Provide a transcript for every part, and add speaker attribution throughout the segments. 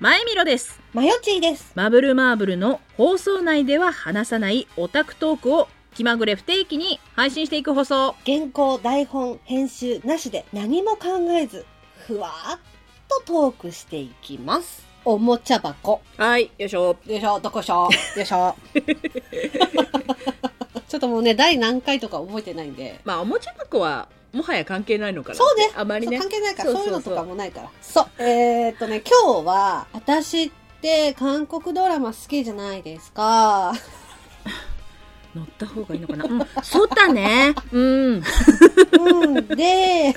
Speaker 1: 前見ろです。
Speaker 2: マヨチーです。
Speaker 1: マブルマーブルの放送内では話さないオタクトークを気まぐれ不定期に配信していく放送。
Speaker 2: 原稿、台本、編集なしで何も考えず、ふわーっとトークしていきます。おもちゃ箱。
Speaker 1: はい、よいしょ。
Speaker 2: よいしょ、どこしょ、よいしょ。 ちょっともうね、第何回とか覚えてないんで。
Speaker 1: まあ、おもちゃ箱はもはや関係ないのかな。
Speaker 2: そうね。
Speaker 1: あまりね
Speaker 2: そう。関係ないから、
Speaker 1: そう
Speaker 2: そう
Speaker 1: そうそう
Speaker 2: いうのとかもないから。そう。えー、っとね、今日は、私って韓国ドラマ好きじゃないです か。
Speaker 1: 乗った方がいいのかな。 うん、そうだね。 うん。
Speaker 2: うん、で、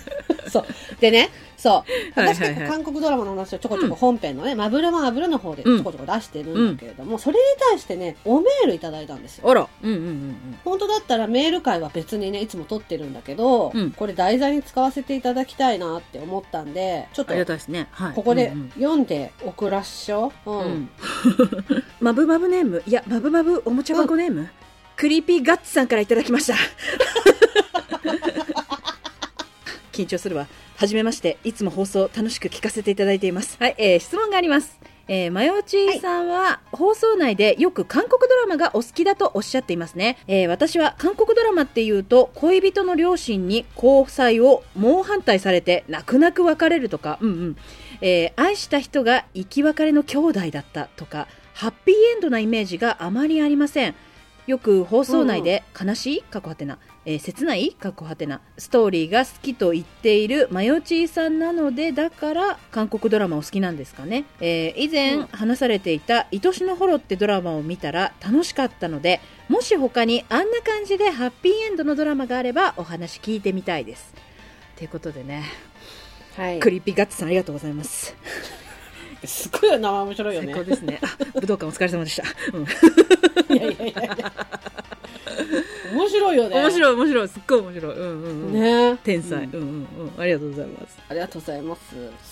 Speaker 2: そう。でね、そう。
Speaker 1: はいはいはい
Speaker 2: 私結構韓国ドラマの話をちょこちょ
Speaker 1: うん
Speaker 2: こ本編のね、マブルマーブルの方でちょこちょこ出してるんだけれども、それに対してね、おメールいただいたんですよ。
Speaker 1: あら。うんうんうん
Speaker 2: 本当だったらメール会は別にね、いつも撮ってるんだけど、
Speaker 1: うん
Speaker 2: これ題材に使わせていただきたいなって思ったんで、ちょっ
Speaker 1: うん。あ
Speaker 2: と
Speaker 1: りがたいですね。はい。
Speaker 2: ここで
Speaker 1: うんうん
Speaker 2: 読んでおくらっしょ。う
Speaker 1: うんん。マブマブネームいや、マブマブおもちゃ箱ネーム、クリーピーガッツさんからいただきました。 緊張するわ。はじめまして。いつも放送楽しく聞かせていただいています。はい、えー質問があります。えー、マヨチーさんは、放送内でよく韓国ドラマがお好きだとおっしゃっていますね。えー私は韓国ドラマっていうと、恋人の両親に交際を猛反対されて、泣く泣く別れるとか、うんうん。えー愛した人が生き別れの兄弟だったとかハッピーエンドなイメージがあまりありませんよく放送内で悲しい過去はてな、えー切ない過去はてなストーリーが好きと言っているマヨチーさんなのでだから韓国ドラマお好きなんですかね、えー以
Speaker 2: う
Speaker 1: 前
Speaker 2: ん
Speaker 1: 話されていた「愛しの頃」ってドラマを見たら楽しかったのでもし他にあんな感じでハッピーエンドのドラマがあればお話聞いてみたいですということでね
Speaker 2: はい。
Speaker 1: クリーピーガッツさんありがとうございます
Speaker 2: すごい名前面白いよね
Speaker 1: 最。高ですね。あ武道館お疲れ様でした。うん
Speaker 2: いやいやいやいや。面白いよね。
Speaker 1: 面白い面白いすっごい面白い。うんうんうん。
Speaker 2: ね
Speaker 1: 天才。う
Speaker 2: う
Speaker 1: んんうんうん。ありがとうございます。
Speaker 2: ありがとうございます。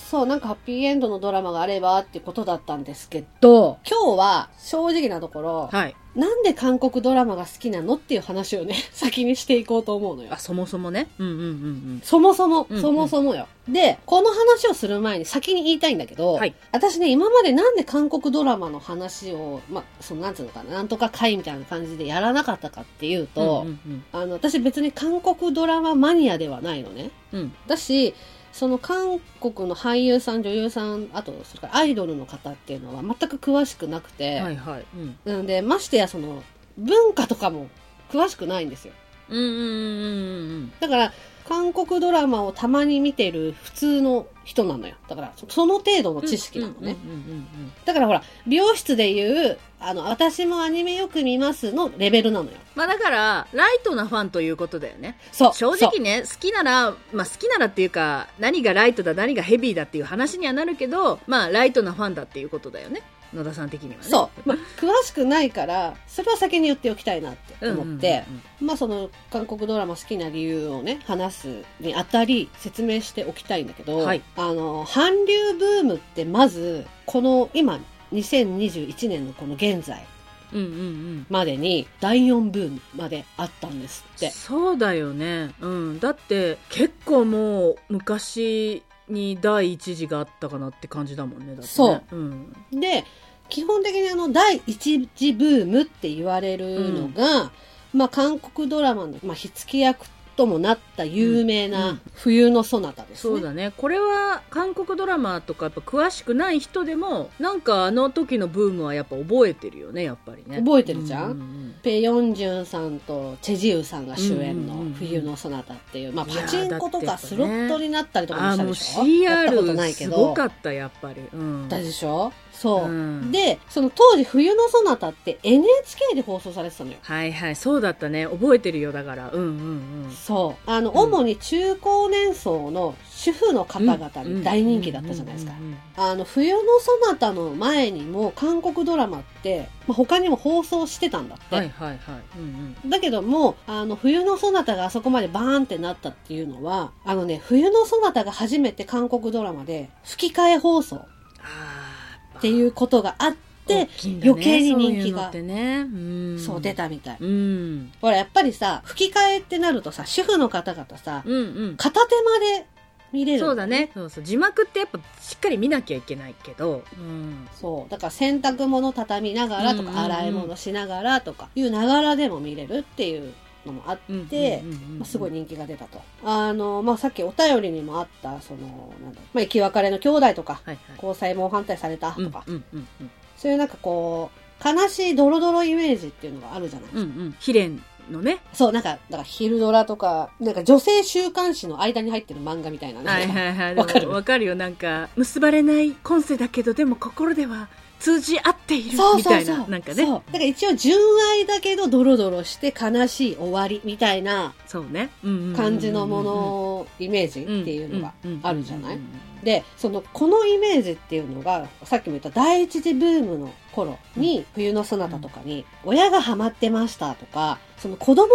Speaker 2: そう、なんかハッピーエンドのドラマがあればってことだったんですけど、今日は正直なところ、
Speaker 1: はい。
Speaker 2: なんで韓国ドラマが好きなのっていう話をね、 先にしていこうと思うのよ
Speaker 1: あ。そもそもね。うんうんうん
Speaker 2: そもそも、
Speaker 1: うんうん
Speaker 2: そもそもよ。で、この話をする前に先に言いたいんだけど、
Speaker 1: はい
Speaker 2: 私ね、今までなんで韓国ドラマの話を、まあ、その、なんつうのかな、なんとか会みたいな感じでやらなかったかっていう
Speaker 1: うん。
Speaker 2: と、
Speaker 1: うんうん
Speaker 2: あの、私別に韓国ドラママニアではないのね。
Speaker 1: うんうん。
Speaker 2: だし、その韓国の俳優さん、女優さん、あと、それからアイドルの方っていうのは全く詳しくなくて、
Speaker 1: はいはい。うん
Speaker 2: なので、ましてやその、文化とかも詳しくないんですよ。
Speaker 1: うんうんうんうん
Speaker 2: だから、韓国ドラマをたまに見てる普通の人なのよ。だから、そその程度の
Speaker 1: うん。
Speaker 2: 知識なのね。
Speaker 1: うんうんうん
Speaker 2: だからほら、美容室で言う、あの、私もアニメよく見ますのレベルなのよ。
Speaker 1: まあだから、ライトなファンということだよね。
Speaker 2: そう。
Speaker 1: 正
Speaker 2: そう
Speaker 1: 直ね、好きなら、まあ好きならっていうか、何がライトだ、何がヘビーだっていう話にはなるけど、まあライトなファンだっていうことだよね。野田さん的にはね。
Speaker 2: そう、まあ、詳しくないからそれは先に言っておきたいなって思って、
Speaker 1: うんうん
Speaker 2: まあその韓国ドラマ好きな理由をね話すにあたり説明しておきたいんだけど、
Speaker 1: はい
Speaker 2: あの韓流ブームってまずこの今2021年のこの現在
Speaker 1: うん。うんうんうん。
Speaker 2: までに第4ブームまであったんですって。
Speaker 1: そうだよね、うん、だって結構もう昔に第一次があったかなって感じだもんねだってね
Speaker 2: そう、
Speaker 1: うん、
Speaker 2: で基本的にあの第一次ブームって言われるのが、まあ韓国ドラマの、まあ、火付け役ともなった有名
Speaker 1: うんう
Speaker 2: なん冬のソナタですね。
Speaker 1: そうだねこれは韓国ドラマとかやっぱ詳しくない人でもなんかあの時のブームはやっぱ覚えてるよねやっぱりね
Speaker 2: 覚えてるじゃ
Speaker 1: う
Speaker 2: ん
Speaker 1: うん
Speaker 2: ペ・ヨンジュンさんとチェ・ジウさんが主
Speaker 1: う
Speaker 2: 演
Speaker 1: んうんうんう
Speaker 2: の
Speaker 1: ん
Speaker 2: 「冬のソナタ」っていう、まあ、
Speaker 1: いやー
Speaker 2: パチンコと
Speaker 1: だ
Speaker 2: か
Speaker 1: って
Speaker 2: スロットになったりとかも
Speaker 1: あ
Speaker 2: し
Speaker 1: ー
Speaker 2: た
Speaker 1: もう
Speaker 2: でしょやったことない
Speaker 1: CR
Speaker 2: け
Speaker 1: す
Speaker 2: ど
Speaker 1: ごかったやっぱり、うん、
Speaker 2: だったでしょそう、
Speaker 1: うん
Speaker 2: でその当時「冬のソナタ」って NHK で放送されてたのよ
Speaker 1: はいはいそうだったね覚えてるよだからうんうん
Speaker 2: そうあ
Speaker 1: う
Speaker 2: の、
Speaker 1: ん
Speaker 2: 主に中高年層の主婦の方
Speaker 1: うん
Speaker 2: 々に大人気だったじゃないですか、
Speaker 1: うんうんうんうん
Speaker 2: あの冬のソナタの前にも韓国ドラマって、まあ、他にも放送してたんだって、
Speaker 1: はいはいはい、うんうん、
Speaker 2: だけども、あの、冬のソナタがあそこまでバーンってなったっていうのは、あのね、冬のソナタが初めて韓国ドラマで吹き替え放送
Speaker 1: っ
Speaker 2: っていうことがあって、余計に人
Speaker 1: そうい
Speaker 2: 気が
Speaker 1: うのってねうん
Speaker 2: そう出たみたい。
Speaker 1: うん
Speaker 2: ほら、やっぱりさ、吹き替えってなるとさ、主婦の方々さ、
Speaker 1: うんうん
Speaker 2: 片手間で見れる
Speaker 1: そうだねそうそう字幕ってやっぱしっかり見なきゃいけないけど、うん、
Speaker 2: そうだから洗濯物畳みながらとか、
Speaker 1: うんうんうん
Speaker 2: 洗い物しながらとかいうながらでも見れるっていうのもあって、
Speaker 1: うんうんうんうん
Speaker 2: まあ、すごい人気が出たとあの、まあ、さっきお便りにもあったそのなんだ、まあ、生き別れの兄弟とか
Speaker 1: はいはい
Speaker 2: 交際も反対されたとか、
Speaker 1: うんうんうん
Speaker 2: そういうなんかこう悲しいドロドロイメージっていうのがあるじゃない、
Speaker 1: うんうんうん悲恋のね
Speaker 2: そうなんかだから昼ドラとかなんか女性週刊誌の間に入ってる漫画みたいなね、
Speaker 1: はいはいはい
Speaker 2: わかる
Speaker 1: でもわかるよなんか結ばれない今世だけどでも心では通じ合っている
Speaker 2: そう
Speaker 1: み
Speaker 2: そ
Speaker 1: た
Speaker 2: う
Speaker 1: い
Speaker 2: そう
Speaker 1: ななんかね
Speaker 2: そうだから一応純愛だけどドロドロして悲しい終わりみたいな
Speaker 1: そうね、うんうんうんうん
Speaker 2: 感じのものをイメージっていうのがあるじゃない、
Speaker 1: うんうんうん
Speaker 2: でそのこのイメージっていうのがさっきも言った第一次ブームの頃に「冬のそなた」とかに「親がハマってました」とかその子供なが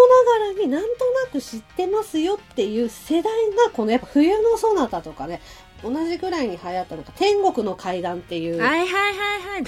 Speaker 2: らになんとなく知ってますよっていう世代がこのやっぱ「冬のそなた」とかね同じぐらいに流行ったのが「天国の階段」っていう。
Speaker 1: はいはいはいはい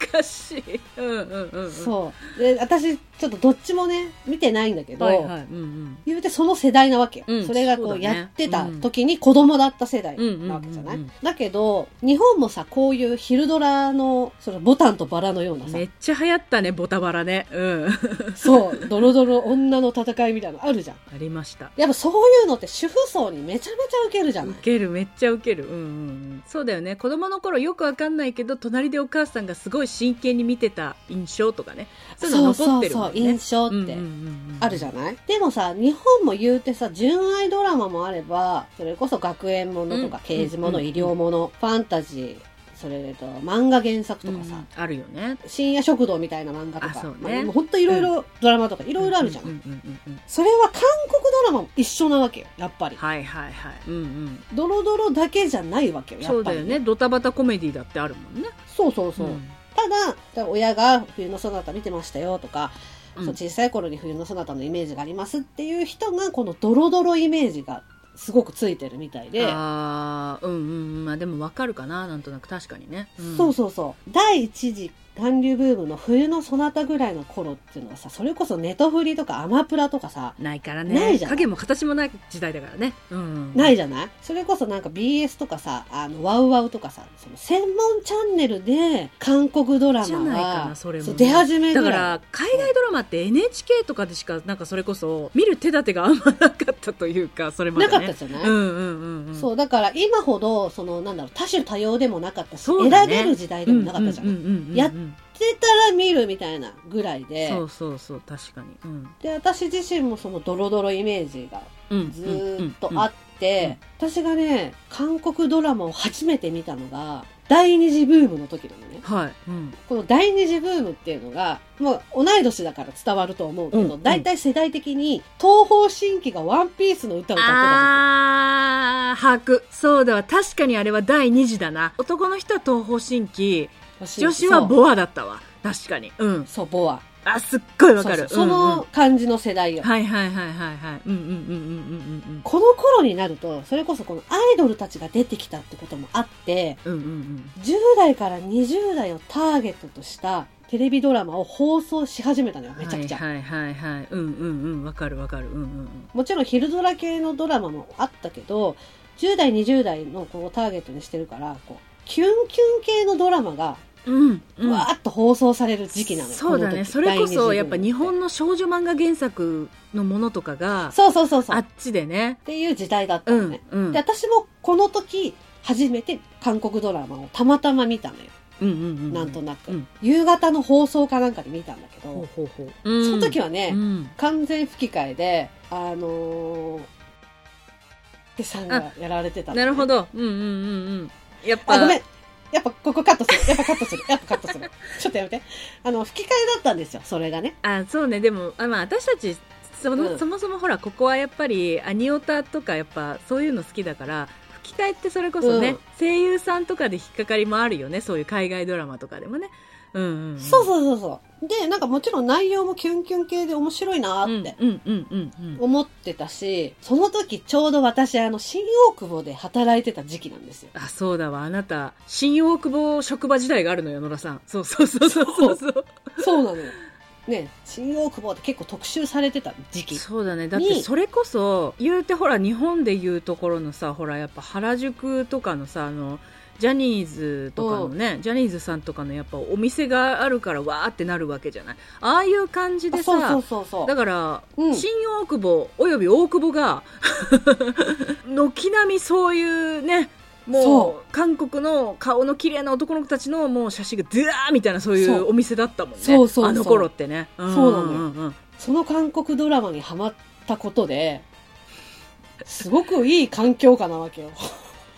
Speaker 1: 懐かしいうんうんうんうん
Speaker 2: そうで私ちょっとどっちもね見てないんだけど、
Speaker 1: はいはいうんうん
Speaker 2: 言うてその世代なわけよ、
Speaker 1: うん
Speaker 2: それがこ
Speaker 1: そううだね
Speaker 2: やってた時に子供だった世代なわけじゃない、
Speaker 1: うんうんうん
Speaker 2: だけど日本もさこういう昼ドラのそのボタンとバラのようなさ
Speaker 1: めっちゃ流行ったねボタバラねうん
Speaker 2: そうドロドロ女の戦いみたいなのあるじゃん
Speaker 1: ありました
Speaker 2: やっぱそういうのって主婦層にめちゃめちゃウケるじゃない
Speaker 1: ウケるめっちゃウケるうんうんうんそうだよね子供の頃よくわかんないけど隣でお母さんがすごい真剣に見てた印象とかねそういうの残ってるもん
Speaker 2: そうそうそ
Speaker 1: ね
Speaker 2: う印象って、
Speaker 1: うんうんうんうん
Speaker 2: あるじゃないでもさ、日本も言うてさ、純愛ドラマもあれば、それこそ学園ものとか
Speaker 1: うん
Speaker 2: 刑事もの、
Speaker 1: うん
Speaker 2: 医療もの、ファンタジー、それと漫画原作とかさ、
Speaker 1: うんあるよね
Speaker 2: 深夜食堂みたいな漫画とか、
Speaker 1: あそうね
Speaker 2: まもうほんといろいろドラマとかいろいろあるじゃん。
Speaker 1: うんうんうんうんうん
Speaker 2: それは韓国ドラマも一緒なわけよ、やっぱり。
Speaker 1: はいはいはいうんうん
Speaker 2: ドロドロだけじゃないわけよ、や
Speaker 1: そ
Speaker 2: っ
Speaker 1: う
Speaker 2: ぱ
Speaker 1: だ
Speaker 2: り。
Speaker 1: よねドタバタコメディだってあるもんね
Speaker 2: そうそうそう。
Speaker 1: ん
Speaker 2: ただ、だから親が冬のそなた見てましたよとか、
Speaker 1: うん
Speaker 2: そう小さい頃に冬のそなたのイメージがありますっていう人が、このドロドロイメージがすごくついてるみたいで、
Speaker 1: ああうんうんまあでもわかるかななんとなく確かにね、ん
Speaker 2: そうそうそう。第一次韓流ブームの冬のそなたぐらいの頃っていうのはさ、それこそネトフリとかアマプラとかさ、
Speaker 1: ないからね
Speaker 2: ないじゃん
Speaker 1: 影も形もない時代だからねうん
Speaker 2: ないいじゃないそれこそなんか BS とかさ、あの、ワウワウとかさ、その専門チャンネルで韓国ドラ
Speaker 1: じゃない
Speaker 2: マ
Speaker 1: か
Speaker 2: が
Speaker 1: なそれも
Speaker 2: そう出始め
Speaker 1: だ
Speaker 2: ぐ
Speaker 1: から
Speaker 2: い。
Speaker 1: ら海外ドラマって NHK とかでしかなんかそれこそ見る手立てがあんまなかったというかそれまで、
Speaker 2: な
Speaker 1: ね、
Speaker 2: かったじゃない、
Speaker 1: うんうんうんうん
Speaker 2: そう、だから今ほど、その、なんだろう、多種多様でもなかったし、
Speaker 1: そうだ
Speaker 2: 選
Speaker 1: ね
Speaker 2: べる時代でもなかったじゃん。
Speaker 1: う
Speaker 2: 出
Speaker 1: んうんうんうんうん
Speaker 2: やてたら見るみたいなぐらいで、
Speaker 1: そうそうそう確かにうん
Speaker 2: で、私自身もそのドロドロイメージが
Speaker 1: うん
Speaker 2: ずーっとあ
Speaker 1: っ
Speaker 2: って、私がね、韓国ドラマを初めて見たのが、第二次ブームの時なのね。
Speaker 1: はい、うん、
Speaker 2: この第二次ブームっていうのが、もう同い年だから伝わると思うけ
Speaker 1: うんう
Speaker 2: ど、
Speaker 1: ん
Speaker 2: 大体世代的に、東方神起がワンピースの歌を歌ってた
Speaker 1: あー把握そうだわ確かにあれは第2次だな男の人は東方神起
Speaker 2: 時
Speaker 1: 女子は
Speaker 2: ア。
Speaker 1: ボアだったわ確かにうん
Speaker 2: そう、ボア。
Speaker 1: あすっごいわかる
Speaker 2: そうそうそ
Speaker 1: うんうん
Speaker 2: の感じの世代よ。
Speaker 1: はいはいはいはいはいうんうんうんうんうんうん
Speaker 2: この頃になると、それこそこのアイドルたちが出てきたってこともあって、
Speaker 1: うんうんうん
Speaker 2: 10代から20代をターゲットとしたテレビドラマを放送し始めたのよ、めちゃくちゃ。
Speaker 1: はいはいはいはいうんうんうんわかるわかるうんうんうん
Speaker 2: もちろん昼ドラ系のドラマもあったけど、10代、20代のこうターゲットにしてるから、こう、キュンキュン系のドラマが、
Speaker 1: うんうん
Speaker 2: わーっと放送される時期なのよ、
Speaker 1: そうだ
Speaker 2: の
Speaker 1: ね
Speaker 2: 時
Speaker 1: それこそやっぱ日。
Speaker 2: 第二次ブーム
Speaker 1: 本の少女漫画原作のものとかが
Speaker 2: てそうそうそうそ
Speaker 1: あ
Speaker 2: う。っ
Speaker 1: っちでね
Speaker 2: ていう時代だった
Speaker 1: う
Speaker 2: の
Speaker 1: ん
Speaker 2: ね。
Speaker 1: うんうん
Speaker 2: で、私もこの時、初めて韓国ドラマをたまたま見たのよ。
Speaker 1: うんうん
Speaker 2: なんとなく、
Speaker 1: うん
Speaker 2: 夕方の放送かなんかで見たんだけ
Speaker 1: ほう
Speaker 2: ど、
Speaker 1: ほうほう
Speaker 2: その時
Speaker 1: は
Speaker 2: はね、
Speaker 1: うん
Speaker 2: 完全吹き替えで、あのー、ってさんがやられてたのね、
Speaker 1: なるほどうんうんうんうんやっぱ
Speaker 2: あ、ごめん。やっぱここカットする。やっぱカットする。やっぱカットする。 ちょっとやめて。あの、吹き替えだったんですよ、それがね。
Speaker 1: あそうねでもあ、まあ、私たちその、
Speaker 2: うん
Speaker 1: そもそもほらここはやっぱりアニオタとかやっぱそういうの好きだから吹き替えってそれこそね、
Speaker 2: うん
Speaker 1: 声優さんとかで引っかかりもあるよねそういう海外ドラマとかでもねうんうん、うん、
Speaker 2: そうそうそうそう。で、なんかもちろん内容もキュンキュン系で面白いなーって
Speaker 1: うんうんうんうん
Speaker 2: 思ってたし、その時ちょうど私、あの、新大久保で働いてた時期なんです よ。
Speaker 1: あそうだわあなた新大久保職場時代があるのよ野田さんそうそうそうそうそうそう
Speaker 2: そうなのよ。ね、新大久保って結構特集されてた時期。
Speaker 1: そうだねだってそれこそ言うてほら日本で言うところのさほらやっぱ原宿とかのさあのジャニーズとかのねジャニーズさんとかのやっぱお店があるからわーってなるわけじゃないああいう感じで
Speaker 2: あ
Speaker 1: さ
Speaker 2: そうそうそうそう。
Speaker 1: だから、
Speaker 2: うん
Speaker 1: 新大久保および大久保が 軒並みそういうねも
Speaker 2: そう
Speaker 1: 韓国の顔の綺麗な男の子たちのもう写真がずらーみたいなそうい
Speaker 2: そうう
Speaker 1: お店だったもんね
Speaker 2: そうそうそう
Speaker 1: あの頃ってねそう
Speaker 2: そうなのよ
Speaker 1: んうんうん
Speaker 2: その韓国ドラマにハマったことで、すごくいい環境下なわけよ。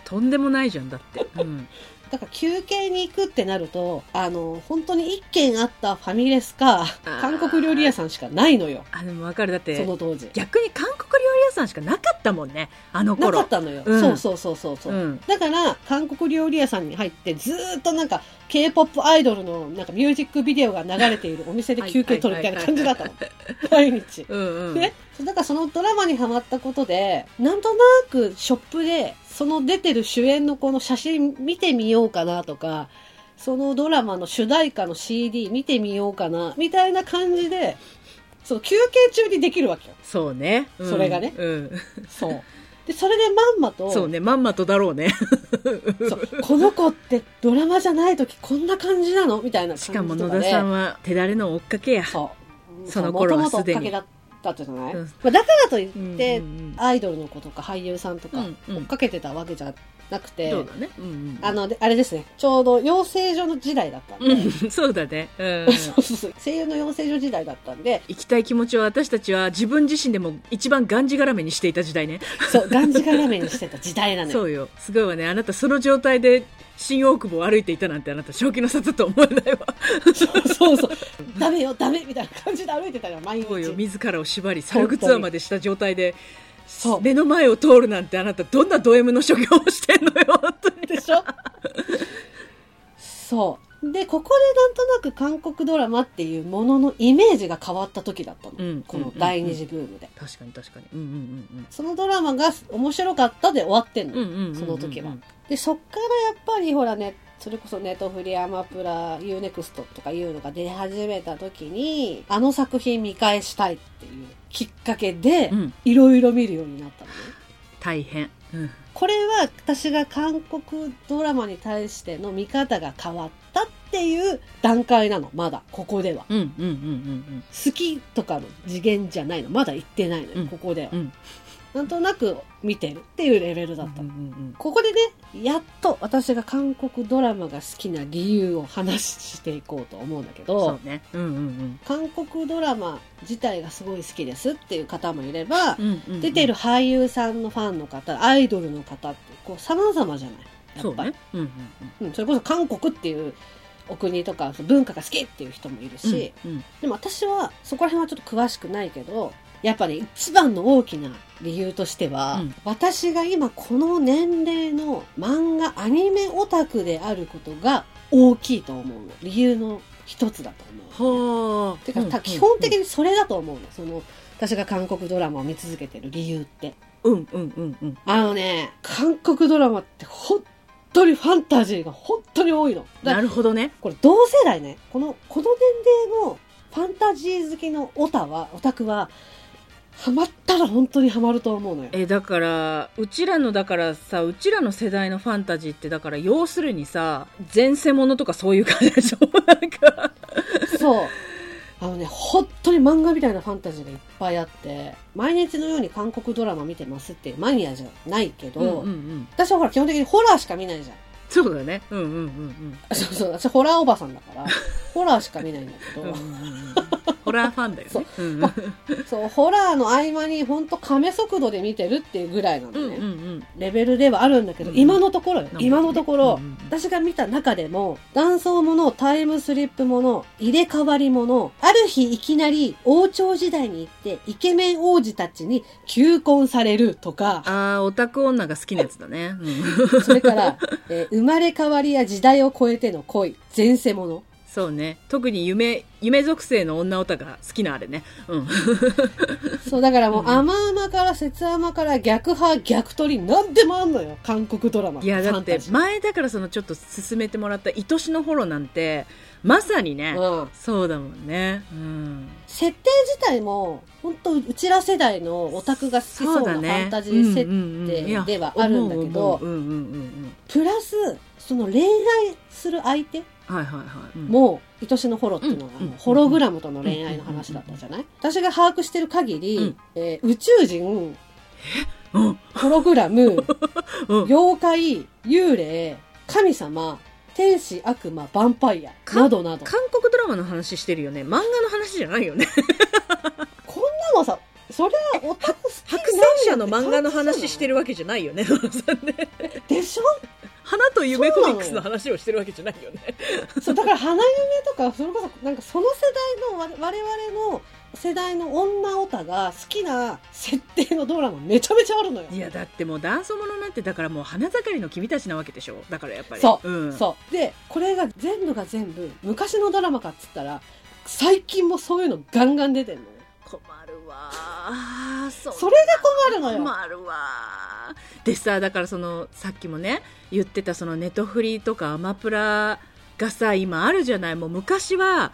Speaker 1: とんでもないじゃんだって、うん、
Speaker 2: だから休憩に行くってなると、あの、本当に一軒あったファミレスか、
Speaker 1: ー
Speaker 2: 韓国料理屋さんしかないのよ。
Speaker 1: あでも分かるだっ
Speaker 2: そ
Speaker 1: て
Speaker 2: の当時。
Speaker 1: 逆に韓国料理屋さんしかなかったもんねあの
Speaker 2: な
Speaker 1: 頃
Speaker 2: かったのよ。
Speaker 1: うん
Speaker 2: そうそうそうそうそう。
Speaker 1: うん
Speaker 2: だから、韓国料理屋さんに入って、ずーっとなんか、K-POP アイドルのなんかミュージックビデオが流れているお店で休憩取るみたいな感じだったの。毎日。
Speaker 1: うんうん
Speaker 2: ね、だからそのドラマにハマったことで、なんとなくショップで、その出てる主演のこの写真見てみようかなとか、そのドラマの主題歌の CD 見てみようかな、みたいな感じで、その休憩中にできるわけよ。
Speaker 1: そうね、うん
Speaker 2: それがね
Speaker 1: うん、
Speaker 2: そう。で、それでまんまと、
Speaker 1: そうねまんまとだろうね
Speaker 2: そうこの子ってドラマじゃない時こんな感じなのみたいな感じ
Speaker 1: し
Speaker 2: と
Speaker 1: か
Speaker 2: かで。
Speaker 1: も野田さんは手だれの追っかけや
Speaker 2: そう。
Speaker 1: その頃は
Speaker 2: そう
Speaker 1: すでに
Speaker 2: 元々追っかけだったじゃない、
Speaker 1: うん
Speaker 2: まあ、だからといって、
Speaker 1: うん
Speaker 2: アイドルの子とか俳優さんとか、
Speaker 1: うんうん
Speaker 2: 追っかけてたわけじゃなくて、
Speaker 1: そうだね、うんうん
Speaker 2: あの、であれですね、ちょうど養成所の時代だったんで、
Speaker 1: うん そうだね、うん、
Speaker 2: そうそうそう声優の養成所時代だったんで、
Speaker 1: 行きたい気持ちを私たちは自分自身でも一番がんじがらめにしていた時代ね
Speaker 2: そう、がんじがらめにしてた時代なのよ。
Speaker 1: そうよすごいわねあなたその状態で新大久保を歩いていたなんてあなた正気の沙汰だと思えないわ
Speaker 2: そうそうそう。ダメよ、ダメみたいな感じで歩いてたのよ、毎
Speaker 1: すごいよ
Speaker 2: 日。
Speaker 1: 自らを縛り猿靴アまでした状態で
Speaker 2: そう。
Speaker 1: 目の前を通るなんてあなたどんなド M の所業をしてんのよ 本当に
Speaker 2: でしょそう。で、ここでなんとなく韓国ドラマっていうもののイメージが変わった時だったの。
Speaker 1: うん
Speaker 2: この第二次ブームで。
Speaker 1: 確かに確かにうんうん
Speaker 2: そのドラマが面白かったで終わってんの。
Speaker 1: うんうんうんうんうん
Speaker 2: その時はでそっからやっぱりほらねそれこそネットフリアマプラ UNEXT とかいうのが出始めた時にあの作品見返したいっていうきっかけで
Speaker 1: うん
Speaker 2: いろいろ見るようになったのね
Speaker 1: 大変うん
Speaker 2: これは私が韓国ドラマに対しての見方が変わったっていう段階なのまだここでは
Speaker 1: うんうんうんうん
Speaker 2: 好きとかの次元じゃないのまだ言ってないのよ、
Speaker 1: うん
Speaker 2: ここでは、
Speaker 1: うん
Speaker 2: なんとなく見てるっていうレベルだったの、
Speaker 1: うんうん
Speaker 2: ここでね、やっと私が韓国ドラマが好きな理由を話していこうと思うんだけ
Speaker 1: そ
Speaker 2: ど、
Speaker 1: うねうんうんうん
Speaker 2: 韓国ドラマ自体がすごい好きですっていう方もいれば、出
Speaker 1: 出
Speaker 2: てる俳優さんのファンの方、アイドルの方って、こう、様々じゃないや
Speaker 1: そう
Speaker 2: っぱり。
Speaker 1: ねうんうん
Speaker 2: うん、それこそ韓国っていうお国とか、文化が好きっていう人もいる
Speaker 1: うん
Speaker 2: し、
Speaker 1: うん
Speaker 2: でも私はそこら辺はちょっと詳しくないけど、やっぱり一番の大きな理由としては、
Speaker 1: うん
Speaker 2: 私が今この年齢の漫画アニメオタクであることが大きいと思うの。理由の一つだと思う。
Speaker 1: はあ
Speaker 2: てか、た基本的
Speaker 1: に
Speaker 2: にそれだと思うの。その、私が韓国ドラマを見続けてる理由って。
Speaker 1: うんうんうんうん
Speaker 2: あのね、韓国ドラマって本当にファンタジーが本当に多いの。だから
Speaker 1: なるほどね
Speaker 2: これ同世代ねこのこの年齢のファンタジー好きのオタはオタクはハマったら本当にハマると思うのよ
Speaker 1: えだからうちらのだからさうちらの世代のファンタジーってだから要するにさ前世ものとかそういう感じでしょ なんか
Speaker 2: そうあのね本当に漫画みたいなファンタジーがいっぱいあって毎日のように韓国ドラマ見てますっていうマニアじゃないけど、
Speaker 1: うんうんうん
Speaker 2: 私はほら基本的にホラーしか見ないじゃん
Speaker 1: そうだねうんうんうん
Speaker 2: そうそう私ホラーおばさんだからホラーしか見ないんだけ
Speaker 1: うんう
Speaker 2: ど、
Speaker 1: んうんうんホラーファンだよねうんうん
Speaker 2: そうホラーの合間に本当カメ速度で見てるっていうぐらいなのね、
Speaker 1: うんうん
Speaker 2: レベルではあるんだけど、
Speaker 1: うん
Speaker 2: 今のところよ
Speaker 1: うん
Speaker 2: 今のところ、
Speaker 1: うんうん
Speaker 2: 私が見た中でも、断層もの、タイムスリップもの、入れ替わりもの、ある日いきなり王朝時代に行って、イケメン王子たちに求婚されるとか、
Speaker 1: ああオタク女が好きなやつだね うん
Speaker 2: それから、えー生まれ変わりや時代を超えての恋、前世もの。
Speaker 1: そうね特に夢夢属性の女オタが好きなあれね うん
Speaker 2: そう、だからもう、
Speaker 1: うん
Speaker 2: 甘々から節甘から逆派、逆取り、なんでもあんのよ。韓国ドラマ。
Speaker 1: いやだっ
Speaker 2: ファンタ
Speaker 1: て
Speaker 2: ジー
Speaker 1: 前だからそのちょっと勧めてもらった「愛しの頃」なんてまさにね、
Speaker 2: うん。
Speaker 1: そうだもんねうん
Speaker 2: 設定自体も、本当うちら世代のオタクが好きそうなファンタジー設定、
Speaker 1: 定
Speaker 2: ではあるんだけど
Speaker 1: うんうんうん
Speaker 2: プラス、その恋愛する相手
Speaker 1: うんはいはいはい、うん
Speaker 2: も、愛しのホロっていうのが、
Speaker 1: うんうん
Speaker 2: ホログラムとの恋愛の話だったじゃない私が把握してる限り、
Speaker 1: うん
Speaker 2: えー宇宙人、
Speaker 1: うん
Speaker 2: ホログラ ム、
Speaker 1: うん
Speaker 2: 妖怪、幽霊、神様、天使、悪魔、ヴァンパイア、
Speaker 1: か
Speaker 2: などなど。
Speaker 1: 韓国ドラマの話してるよね漫画の話じゃないよね
Speaker 2: こんなのさ、そりゃオタク好き
Speaker 1: 白戦車の漫画の話して
Speaker 2: る。
Speaker 1: るわけじゃないよね野呂さんね
Speaker 2: でしょ
Speaker 1: 花と夢コミックスの話をしてるわけじゃないよね
Speaker 2: そう、だから花嫁とか、それこそ、なんかその世代のわ、我々の世代の女オタが好きな設定のドラマめちゃめちゃあるのよ。
Speaker 1: いやだってもうダンスものなんてだからもう花盛りの君たちなわけでしょだからやっぱり
Speaker 2: そう、
Speaker 1: うん、
Speaker 2: そう。で、これが全部が全部、昔のドラマかっつったら、最近もそういうのガンガン出てんのよ。
Speaker 1: 困るわーそ
Speaker 2: それが困るのよ。
Speaker 1: 困るわーでさだからそのさっきもね言ってたそのネトフリとかアマプラがさ今あるじゃないもう昔は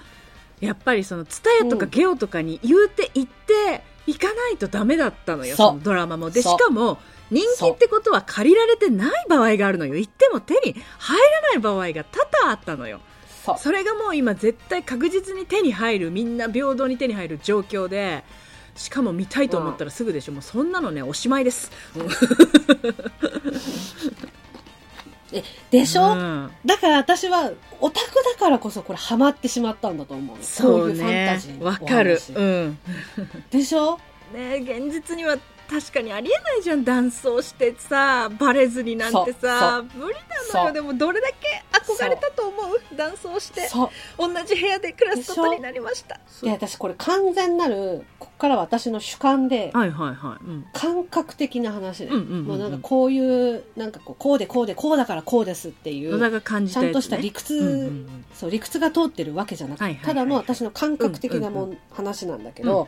Speaker 1: やっぱりそのツタヤとか
Speaker 2: うん
Speaker 1: ゲオとかに言うて行って行かないとダメだったのよ、
Speaker 2: そう
Speaker 1: そのドラマもで
Speaker 2: そう
Speaker 1: しかも人気ってことは借りられてない場合があるのよ行っても手に入らない場合が多々あったのよ
Speaker 2: そう。
Speaker 1: それがもう今絶対確実に手に入るみんな平等に手に入る状況でしかも見たいと思ったらすぐでしょ、もうそんなのねおしまいです
Speaker 2: でし
Speaker 1: う
Speaker 2: ょ、
Speaker 1: ん
Speaker 2: だから私はオタクだからこそこれハマってしまったんだと思う
Speaker 1: そう
Speaker 2: こいうファンタ
Speaker 1: ね
Speaker 2: ジーのお
Speaker 1: わ
Speaker 2: 話
Speaker 1: かる、うん
Speaker 2: でしょ
Speaker 1: ね、現実には確かにありえないじゃん断層してさバレずになんてさ無理なの
Speaker 2: そ
Speaker 1: よ
Speaker 2: う
Speaker 1: でもどれだけ憧れたと思う断層して
Speaker 2: そ
Speaker 1: 同
Speaker 2: う
Speaker 1: じ部屋で暮らすことになりました
Speaker 2: で私これ完全なるこっからは私の主観で
Speaker 1: はいはいはい、うん、
Speaker 2: 感覚的な話ね、
Speaker 1: うんうんうんうん
Speaker 2: もうなんかこういうなんかこうこうでこうでこうだからこうですってい
Speaker 1: 野
Speaker 2: う
Speaker 1: 田が感じ
Speaker 2: ち
Speaker 1: た
Speaker 2: ゃ
Speaker 1: やつ、ね、
Speaker 2: んとした理屈、
Speaker 1: うんうんうん
Speaker 2: そう理屈が通ってるわけじゃなくて、
Speaker 1: はいはいはい
Speaker 2: ただの私の感覚的なもん、
Speaker 1: うん
Speaker 2: 話なんだけど、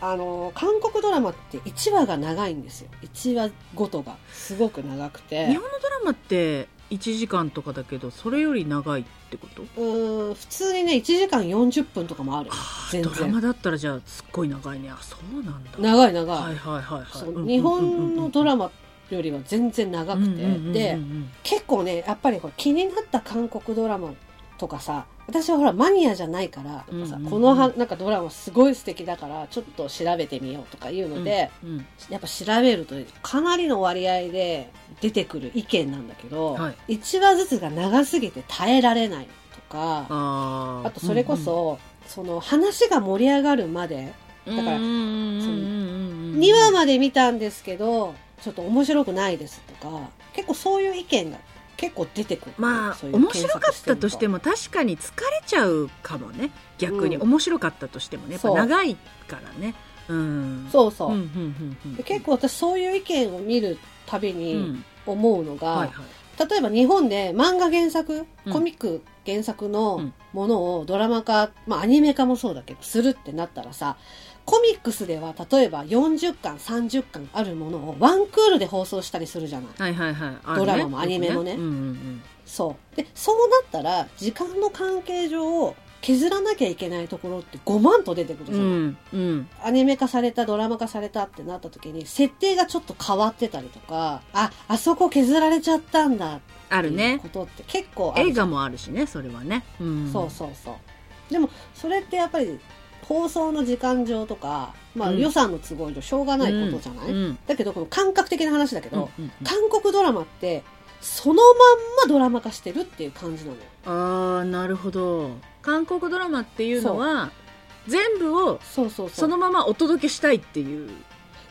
Speaker 2: あの韓国ドラマって1話が長いんですよ1話ごとがすごく長くて
Speaker 1: 日本のドラマって1時間とかだけどそれより長いってこと
Speaker 2: うーん普通にね1時間40分とかもあるよ全
Speaker 1: ドラ
Speaker 2: 然
Speaker 1: マだったらじゃあすっごい長いねあそうなんだ
Speaker 2: 長い長い、
Speaker 1: はいはいはいはい
Speaker 2: そう日本のド
Speaker 1: マ
Speaker 2: ラマよりは全然長くて、で結構ねやっぱりこれ気になった韓国ドラマとかさ私はほらマニアじゃないからとかさ、
Speaker 1: うんうんうん
Speaker 2: このはなんかドラマすごい素敵だからちょっと調べてみようとかいうので、やっぱ調べるとかなりの割合で出てくる意見なんだけど、
Speaker 1: は
Speaker 2: 一1話ずつが長すぎて耐えられないとか
Speaker 1: あー
Speaker 2: あとそれこそ、その話が盛り上がるまで、
Speaker 1: うん
Speaker 2: だから
Speaker 1: うんうんうんうんうん
Speaker 2: 2話まで見たんですけど、ちょっと面白くないですとか、結構そういう意見が結構出てくる。
Speaker 1: まあ
Speaker 2: そういう
Speaker 1: 面
Speaker 2: 検
Speaker 1: 白
Speaker 2: 索
Speaker 1: かったとして
Speaker 2: も。
Speaker 1: も確かに疲れちゃうかもね逆に、
Speaker 2: うん
Speaker 1: 面白かったとしてもねやっぱ
Speaker 2: そう
Speaker 1: 長いからねうん
Speaker 2: そうそう。
Speaker 1: うんうんうんうん
Speaker 2: で結構私そういう意見を見るたび
Speaker 1: う
Speaker 2: に
Speaker 1: ん
Speaker 2: 思うのが、
Speaker 1: はいはい
Speaker 2: 例えば日本で漫画原作、
Speaker 1: うん
Speaker 2: コミック原作
Speaker 1: う
Speaker 2: の
Speaker 1: ん
Speaker 2: ものをドラマ化、まあアニメ化もそうだけど、するってなったらさ、コミックスでは例えば40巻、30巻あるものをワンクールで放送したりするじゃない。
Speaker 1: はいはいはいあるね
Speaker 2: ドラマもアニメもね
Speaker 1: よくうんうんうん
Speaker 2: そう。で、そうなったら、時間の関係上、削らなきゃいけないところって5万と出てくるじゃ
Speaker 1: うんんうん
Speaker 2: アニメ化された、ドラマ化されたってなった時に、設定がちょっと変わってたりとか、あ、あそこ削られちゃったんだっ
Speaker 1: あ
Speaker 2: て
Speaker 1: る
Speaker 2: いう
Speaker 1: ね
Speaker 2: ことって結構ある
Speaker 1: 映画もあるしねそれはね、うん、
Speaker 2: そうそうそう。でも、それってやっぱり、放送の時間上とか、まあ
Speaker 1: うん
Speaker 2: 予算の都合上しょうがないことじゃな
Speaker 1: う
Speaker 2: い、
Speaker 1: んうん
Speaker 2: だけど、この感覚的な話だけど、
Speaker 1: うんうん
Speaker 2: 韓国ドラマって、そのまんまドラマ化してるっていう感じなのよ。
Speaker 1: ああなるほど韓国ドラマっていうのは全部を
Speaker 2: そうそうそう。
Speaker 1: そのままお届けしたいっていう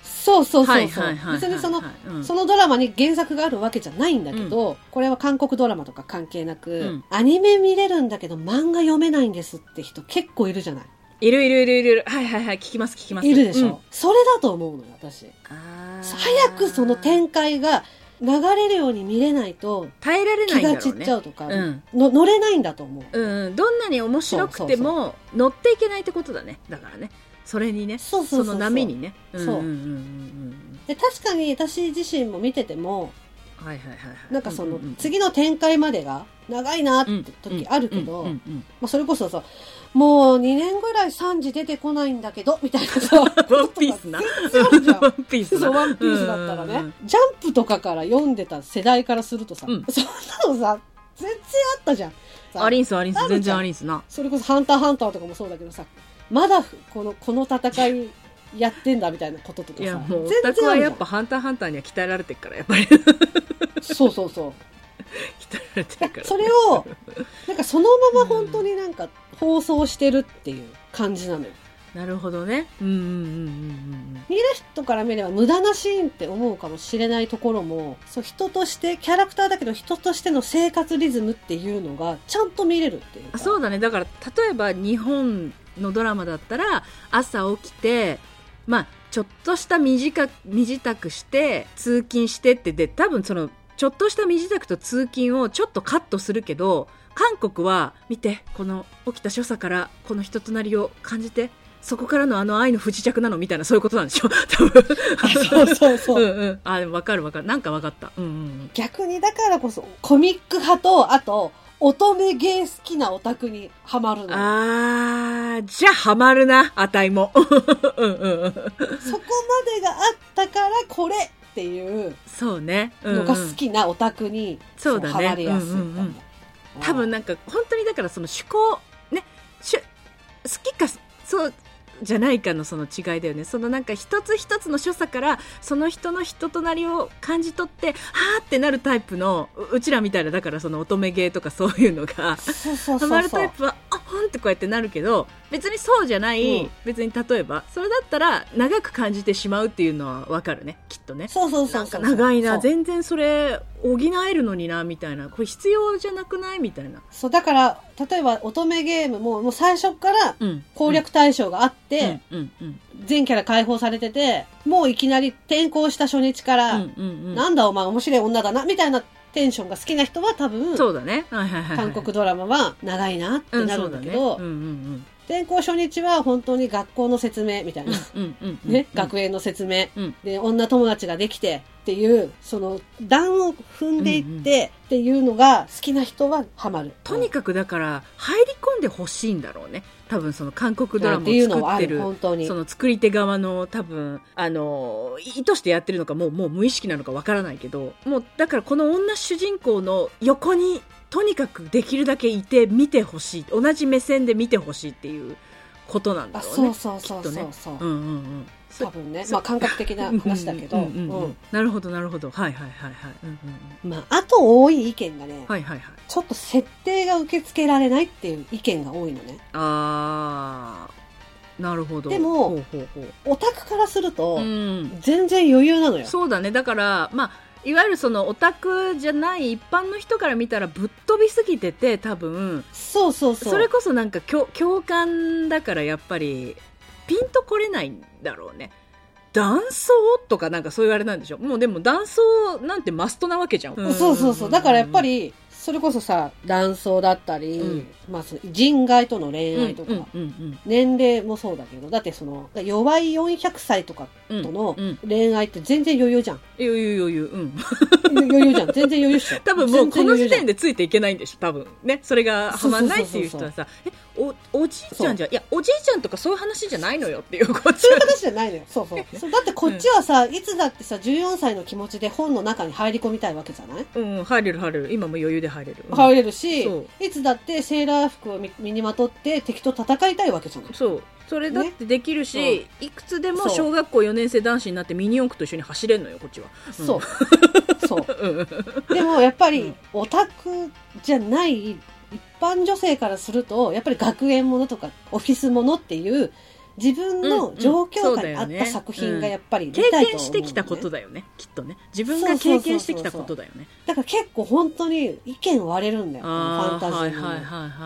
Speaker 2: そうそう
Speaker 1: は
Speaker 2: そう
Speaker 1: い
Speaker 2: そう、
Speaker 1: はいはいはい
Speaker 2: 別にその、
Speaker 1: はいうん
Speaker 2: そのドラマに原作があるわけじゃないんだけど、これは韓国ドラマとか関係なく、
Speaker 1: うん
Speaker 2: アニメ見れるんだけど漫画読めないんですって人結構いるじゃない
Speaker 1: いるいるいるいるいるはいはいはい聞きます聞きます
Speaker 2: いるでしょ、
Speaker 1: うん
Speaker 2: それだと思うのよ私
Speaker 1: あー
Speaker 2: 早くその展開が流れるように見れないと
Speaker 1: 耐えられな
Speaker 2: 気
Speaker 1: いんだ
Speaker 2: が
Speaker 1: ろ
Speaker 2: 散っ
Speaker 1: うね
Speaker 2: ちゃうとか、
Speaker 1: うん
Speaker 2: の乗れないんだと思う。
Speaker 1: うん、どんなに面白くても乗っていけないってことだねだからねそれにね
Speaker 2: そうそうそ
Speaker 1: そ
Speaker 2: うそう
Speaker 1: の波にね
Speaker 2: そうん
Speaker 1: んんん
Speaker 2: で確かに私自身も見てても
Speaker 1: うんはいはいはいはい
Speaker 2: なんかその
Speaker 1: うう
Speaker 2: 次の展開までが長いなって時あるけど、
Speaker 1: うんうんうん
Speaker 2: まあ、それこそさもう2年ぐらい3時出てこないんだけどみたいなさ
Speaker 1: ワンピースな
Speaker 2: 然あるじゃん
Speaker 1: ワンピース
Speaker 2: そ
Speaker 1: な
Speaker 2: うワンピースだったら
Speaker 1: うんうん
Speaker 2: ねジャンプとかから読んでた世代からするとさ、
Speaker 1: うん
Speaker 2: そんなのさ全然あったじゃん
Speaker 1: うん
Speaker 2: さ
Speaker 1: アリンスアリン
Speaker 2: あ
Speaker 1: ス
Speaker 2: るじゃ
Speaker 1: 全然
Speaker 2: ん
Speaker 1: アリンスな
Speaker 2: それこそ「ハンターハンター」とかもそうだけどさまだこのこの戦いやってんだみたいなこととか
Speaker 1: いや
Speaker 2: さ
Speaker 1: もうオ
Speaker 2: 全
Speaker 1: タク
Speaker 2: 然あ
Speaker 1: は
Speaker 2: るじ
Speaker 1: や
Speaker 2: ゃ
Speaker 1: っ
Speaker 2: ん
Speaker 1: ぱ「ハンターハンター」には鍛えられてるからやっぱり鍛
Speaker 2: そうそうそう
Speaker 1: えられてるから、ね、
Speaker 2: それをなんかそのまま本当になんか放送してるっていう感じなのよ
Speaker 1: なるほどねうんうんうんうんうんうん
Speaker 2: 見る人から見れば無駄なシーンって思うかもしれないところもそう人としてキャラクターだけど人としての生活リズムっていうのがちゃんと見れるっていうか
Speaker 1: あそうだねだから例えば日本のドラマだったら朝起きてまあちょっとした身支度身支度して通勤してってで多分そのちょっとした身支度と通勤をちょっとカットするけど韓国は見てこの起きた所作からこの人となりを感じてそこからのあの愛の不時着なのみたいなそういうことなんでしょ多分
Speaker 2: あそうそうそうう、
Speaker 1: ん うんあでも分かる分かるなんか分かったうんうんうん
Speaker 2: 逆にだからこそコミック派とあと乙女芸好きなオタクにハマるのよ
Speaker 1: あーじゃあハマるなあたいも うんうんうん
Speaker 2: そこまでがあったからこれっていう
Speaker 1: そうね、うんうん
Speaker 2: のが好きなオタクに
Speaker 1: そうだね
Speaker 2: ハマりやすいみたい
Speaker 1: う
Speaker 2: な
Speaker 1: んうんうん多分なんか本当にだからその趣向ねしゅ好きかそうじゃないかのその違いだよねそのなんか一つ一つの所作からその人の人となりを感じ取ってはーってなるタイプのううちらみたいなだからその乙女芸とかそういうのが
Speaker 2: そうそ
Speaker 1: ハ
Speaker 2: うそうそ
Speaker 1: マ
Speaker 2: う
Speaker 1: るタイプはあほんってこうやってなるけど別にそうじゃない、
Speaker 2: うん
Speaker 1: 別に例えばそれだったら長く感じてしまうっていうのはわかるねきっとね
Speaker 2: そうそうそ
Speaker 1: な
Speaker 2: うんそ
Speaker 1: か
Speaker 2: う
Speaker 1: 長いな
Speaker 2: そう
Speaker 1: 全然それ補えるのになみたいなこれ必要じゃなくないみたいな、
Speaker 2: そうだから例えば乙女ゲームももう最初から
Speaker 1: うん、
Speaker 2: 攻略対象があっ
Speaker 1: で、
Speaker 2: て、
Speaker 1: うんうん
Speaker 2: 全キャラ解放されててもういきなり転校した初日か
Speaker 1: う
Speaker 2: ら、
Speaker 1: んうんうん
Speaker 2: なんだお前面白い女だなみたいなテンションが好きな人は多分
Speaker 1: そうだね、はいはいはいはい、
Speaker 2: 韓国ドラマは長いなってなるんだけど、
Speaker 1: うん
Speaker 2: 転校初日は本当に学校の説明みたいな、
Speaker 1: そうだねうんうんうんうん
Speaker 2: ね、
Speaker 1: うん
Speaker 2: 学園の説明、
Speaker 1: うん
Speaker 2: で女友達ができてっていうその段を踏んでいってっていうのが好きな人はハマる。
Speaker 1: とにかくだから入り込んでほしいんだろうね多分その韓国ドラマを
Speaker 2: っていうの
Speaker 1: 作
Speaker 2: は
Speaker 1: っ
Speaker 2: あ
Speaker 1: て
Speaker 2: る
Speaker 1: る
Speaker 2: 本当に
Speaker 1: その作り手側の多分あの意図してやってるのかもうもう無意識なのかわからないけどもうだからこの女主人公の横にとにかくできるだけいて見てほしい同じ目線で見てほしいっていうことなんだ
Speaker 2: あ
Speaker 1: ろう
Speaker 2: そう
Speaker 1: ね。
Speaker 2: そうそうそうそう、
Speaker 1: うんうんうんそ
Speaker 2: 多分ねまあ感覚的な
Speaker 1: うんうん
Speaker 2: 話だけど、
Speaker 1: う
Speaker 2: うんん
Speaker 1: うんうんなるほどなるほどはいはいはいはい、うんうんうん
Speaker 2: まああと多い意見がね、
Speaker 1: はいはいはい
Speaker 2: ちょっと設定が受け付けられないっていう意見が多いのね
Speaker 1: あーなるほど
Speaker 2: でも
Speaker 1: ほうほうほう
Speaker 2: オタクからすると、
Speaker 1: うん
Speaker 2: 全然余裕なのよ
Speaker 1: そうだねだからまあいわゆるそのオタクじゃない一般の人から見たらぶっ飛びすぎてて多分
Speaker 2: そうそうそ
Speaker 1: そうれこそなんか共共感だからやっぱりピンとこれないんだろうね断層とかなんかそういうあれなんでしょもうでも断層なんてマストなわけじゃん
Speaker 2: そうそうそうだからやっぱりそれこそさ男装だったり、
Speaker 1: うん
Speaker 2: まあ、その人外との
Speaker 1: う
Speaker 2: 恋
Speaker 1: ん
Speaker 2: 愛とか、
Speaker 1: うんうん
Speaker 2: 年齢もそうだけどだってその弱い400歳とか
Speaker 1: うん
Speaker 2: との
Speaker 1: うんうん
Speaker 2: 恋愛って全然余裕じゃん
Speaker 1: 余裕余裕うん
Speaker 2: 余裕じゃん全然余裕っしょ
Speaker 1: 多分もうこの時
Speaker 2: 全然余裕じゃん
Speaker 1: 点でついていけないんでしょ多分ねそれがはまんないっていう人はさえおおじいちゃんじゃいやおじいちゃんとかそういう話じゃないのよっていうこっち
Speaker 2: そういう話じゃないのよ。そ うそう。そうだってこっちはさ、いつだってさ、14歳の気持ちで本の中に入り込みたいわけじゃない、
Speaker 1: うん入れる入れる今も余裕で入れる、うん
Speaker 2: 入れるし
Speaker 1: そう、
Speaker 2: いつだってセーラー服を身身にまとって敵と戦いたいわけじゃない
Speaker 1: そうそれだってできるし、
Speaker 2: ね
Speaker 1: いくつでも
Speaker 2: そう
Speaker 1: 小学校4年生男子になってミニ四駆と一緒に走れんのよこっちは
Speaker 2: そう。そう。
Speaker 1: うんうん
Speaker 2: でもやっぱ
Speaker 1: う
Speaker 2: り
Speaker 1: ん、
Speaker 2: オタクじゃない、一般女性からすると、やっぱり学園ものとかオフィスものっていう、自分
Speaker 1: うんう
Speaker 2: の
Speaker 1: ん
Speaker 2: 状況
Speaker 1: そう
Speaker 2: 下
Speaker 1: だ
Speaker 2: に
Speaker 1: よ
Speaker 2: 合っ
Speaker 1: ね
Speaker 2: た作品がやっぱり見
Speaker 1: 経
Speaker 2: たいとは思うのね、
Speaker 1: 験してきたことだよねきっとね自分が経験してきたことだよね
Speaker 2: だから結構本当に意見割れるんだよ。このファン
Speaker 1: ああ
Speaker 2: タジー
Speaker 1: はい
Speaker 2: の
Speaker 1: はいはい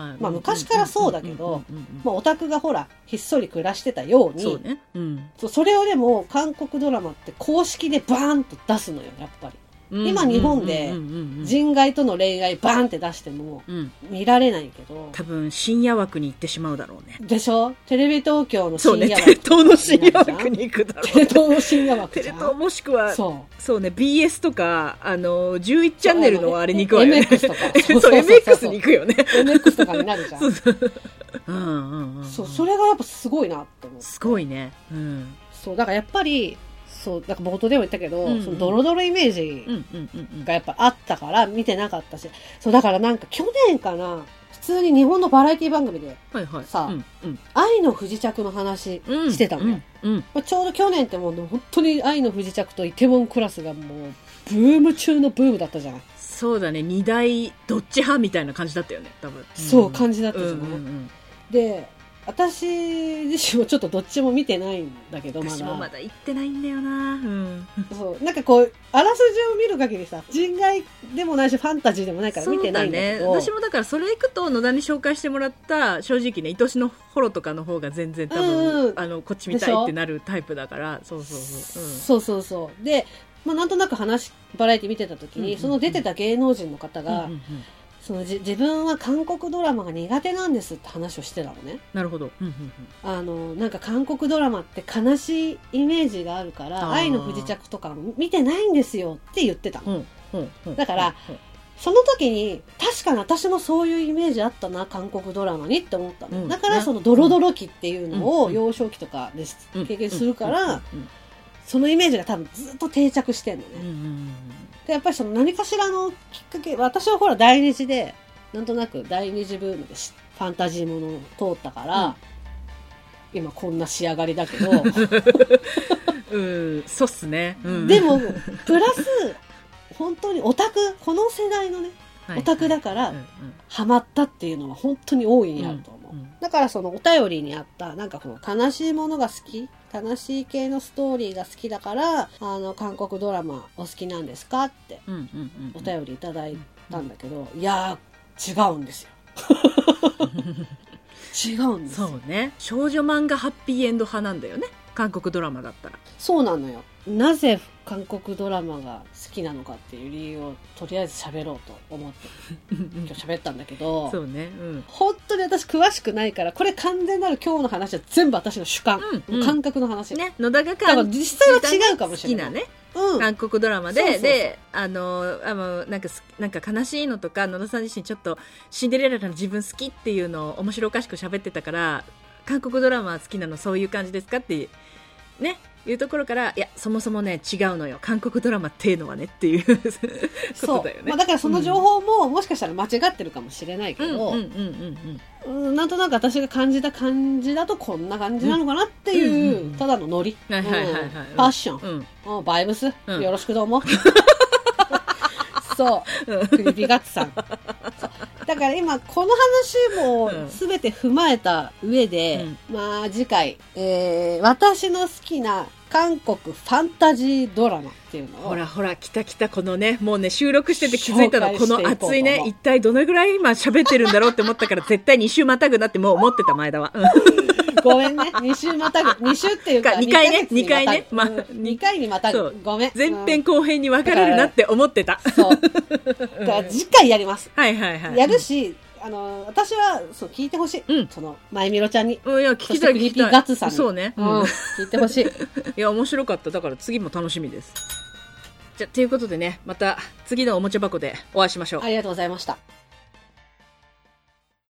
Speaker 1: はい
Speaker 2: まあ昔からそうだけど
Speaker 1: うんうんうんうん
Speaker 2: まあ、オタクがほらひっそり暮らしてたように
Speaker 1: そうねうん
Speaker 2: そうそれをでも韓国ドラマって公式でバーンと出すのよやっぱり
Speaker 1: う
Speaker 2: 今日本で
Speaker 1: うんうんうんうん
Speaker 2: 人外との恋愛バーンって出しても
Speaker 1: うん
Speaker 2: 見られないけど。
Speaker 1: 多分深夜枠に行ってしまうだろうね
Speaker 2: でしょテレビ東京の
Speaker 1: そう
Speaker 2: 深
Speaker 1: ね
Speaker 2: 夜
Speaker 1: テレ東の深夜枠
Speaker 2: に。
Speaker 1: に行くだろ
Speaker 2: テレ
Speaker 1: う
Speaker 2: 東の深夜枠
Speaker 1: テ
Speaker 2: じ
Speaker 1: レ
Speaker 2: ゃん。
Speaker 1: 東もしくはそう
Speaker 2: そ
Speaker 1: ね BS とかあの11
Speaker 2: う。
Speaker 1: チャンネルのあれに行くわよね
Speaker 2: MX とか。
Speaker 1: そう MX に行くよね
Speaker 2: MX とかになるじゃん。
Speaker 1: そうそううんうんうん
Speaker 2: そう、それがやっぱすごいなって思う。
Speaker 1: すごいねうん
Speaker 2: そう、だからやっぱり、そう、なんか冒頭でも言ったけど、
Speaker 1: うんうん
Speaker 2: そのドロドロイメージ
Speaker 1: うんうんうん
Speaker 2: がやっぱあったから見てなかったし、そう、だからなんか去年かな、普通に日本のバラエティ番組で、
Speaker 1: はいはい
Speaker 2: さあ
Speaker 1: うんうん
Speaker 2: 愛の不時着の話、
Speaker 1: うん
Speaker 2: してたのよ
Speaker 1: うんうん
Speaker 2: まあ、ちょうど去年ってもう本当に愛の不時着とイテウォンクラスがもう、ブーム中のブームだったじゃない。
Speaker 1: そうだね二大どっち派みたいな感じだったよね多分
Speaker 2: そう、感
Speaker 1: じ
Speaker 2: じだったじゃない。で、私自身もちょっとどっちも見てないんだけど、まだ。
Speaker 1: 私もまだ行ってないんだよなうん
Speaker 2: そうなんかこうあらすじを見る限りさ人外でもないしファンタジーでもないから見てないんだけ
Speaker 1: そう
Speaker 2: ど
Speaker 1: だね私もだからそれ行くと野田に紹介してもらった正直ね愛しのホロとかの方が全然多分、
Speaker 2: うんうん
Speaker 1: あのこっち見たいってなるタイプだからそうそうそう、うん、
Speaker 2: そうそうそうで、まあ、なんとなく話バラエティ見てた時に、
Speaker 1: うんうんうん
Speaker 2: その出てた芸能人の方
Speaker 1: うん
Speaker 2: が、
Speaker 1: うんうん
Speaker 2: そのじ自分は韓国ドラマが苦手なんですって話をしてたのね
Speaker 1: なるほど、うんうんうん
Speaker 2: あのなんか韓国ドラマって悲しいイメージがあるか
Speaker 1: あ
Speaker 2: ら
Speaker 1: ー
Speaker 2: 愛の不時着とか見てないんですよって言ってたの、
Speaker 1: うんうんうん
Speaker 2: だからその時に確かに私もそういうイメージあったな韓国ドラマにって思ったの、
Speaker 1: うん
Speaker 2: だからそのドロドロ期っていうの
Speaker 1: う
Speaker 2: を
Speaker 1: ん
Speaker 2: 幼少期とかで
Speaker 1: うん
Speaker 2: 経験するから、
Speaker 1: うん
Speaker 2: そのイメージが多分ずっと定着してんのね、
Speaker 1: うんうんうん
Speaker 2: でやっぱりその何かしらのきっかけ私はほら第二次でなんとなく第二次ブームでしファンタジーものを通ったから、
Speaker 1: うん
Speaker 2: 今こんな仕上がりだけど
Speaker 1: うんうんうんそうっすね、 うん
Speaker 2: でもプラス本当にオタクこの世代のねオタクだから
Speaker 1: うんうん
Speaker 2: ハマったっていうのは本当に大いにあると思う、
Speaker 1: うんうん
Speaker 2: だからそのお便りにあったなんかこの悲しいものが好き悲しい系のストーリーが好きだからあの韓国ドラマお好きなんですかって
Speaker 1: うんうんうん
Speaker 2: お便りいただいたんだけど、いやー違う んですよ違うんですよ
Speaker 1: そうね少女漫画ハッピーエンド派なんだよね韓国ドラマだったら
Speaker 2: そうなのよなぜ韓国ドラマが好きなのかっていう理由をとりあえず喋ろうと 思って今日喋ったんだけど
Speaker 1: そうねうん
Speaker 2: 本当に私詳しくないからこれ完全なる今日の話は全部私の主観、
Speaker 1: うんうん
Speaker 2: 感覚の話、
Speaker 1: ね野田が
Speaker 2: だから
Speaker 1: 感
Speaker 2: 実際は違うかもしれ
Speaker 1: 好
Speaker 2: な、
Speaker 1: きないね
Speaker 2: うん、
Speaker 1: 韓国ドラマで、
Speaker 2: そうそうそう
Speaker 1: で、あの、あの、なんかす、なんか悲しいのとか、野田さん自身ちょっと、シンデレラの自分好きっていうのを面白おかしく喋ってたから、韓国ドラマ好きなのそういう感じですかって、ね、いうところから、いや、そもそもね、違うのよ。韓国ドラマっていうのはねっていう ことだよ
Speaker 2: そう
Speaker 1: ね。
Speaker 2: まあ、だからその情報ももしかしたら間違ってるかもしれないけ
Speaker 1: うんうん
Speaker 2: ど、
Speaker 1: うんうん
Speaker 2: うんなんとなく私が感じた感じだとこんな感じなのかなっていう、
Speaker 1: うん
Speaker 2: ただのノリ、
Speaker 1: はいはいはいはい
Speaker 2: うんファッション、
Speaker 1: うん。うん。
Speaker 2: うんバイブス、
Speaker 1: うん
Speaker 2: よろしく どうもそうクリビガッツさんそうだから今この話
Speaker 1: う
Speaker 2: も
Speaker 1: ん
Speaker 2: 全て踏まえた上で、まあ次回、えー私の好きな韓国ファンタジードラマっていうのを
Speaker 1: ほらほら、きたきた、このね、もうね、収録してて気づいたの、こ
Speaker 2: 紹介していこう
Speaker 1: の熱いね
Speaker 2: と、思う
Speaker 1: 一体どのぐらい今喋ってるんだろうって思ったから、絶対2週またぐなってもう思ってた、前田は。 うん
Speaker 2: ごめんね2週またぐ2週っていうか
Speaker 1: か二回ね
Speaker 2: 二ヶ月にま
Speaker 1: 二回ねまあ
Speaker 2: たぐうん二回にまた
Speaker 1: そ
Speaker 2: ぐ
Speaker 1: う
Speaker 2: ごめん
Speaker 1: 前編後編に分かれるなって思ってた。
Speaker 2: うんそうだから次回やります
Speaker 1: はいはいはい。
Speaker 2: やるし、あの、私は、そう、聞いてほしい。
Speaker 1: うん
Speaker 2: その、前みろちゃんに。
Speaker 1: うん、いや、聞
Speaker 2: そ
Speaker 1: き
Speaker 2: したて
Speaker 1: い、
Speaker 2: ク
Speaker 1: 聞
Speaker 2: リ
Speaker 1: き
Speaker 2: ピ
Speaker 1: た
Speaker 2: ー
Speaker 1: い。
Speaker 2: ガッツさんに。
Speaker 1: そうね。
Speaker 2: う ん。
Speaker 1: うん。い
Speaker 2: 聞いてほ しい。
Speaker 1: や、面白かった。だから次も楽しみです。じゃ、ということでね、また次のおもちゃ箱でお会いしましょう。
Speaker 2: ありがとうございました。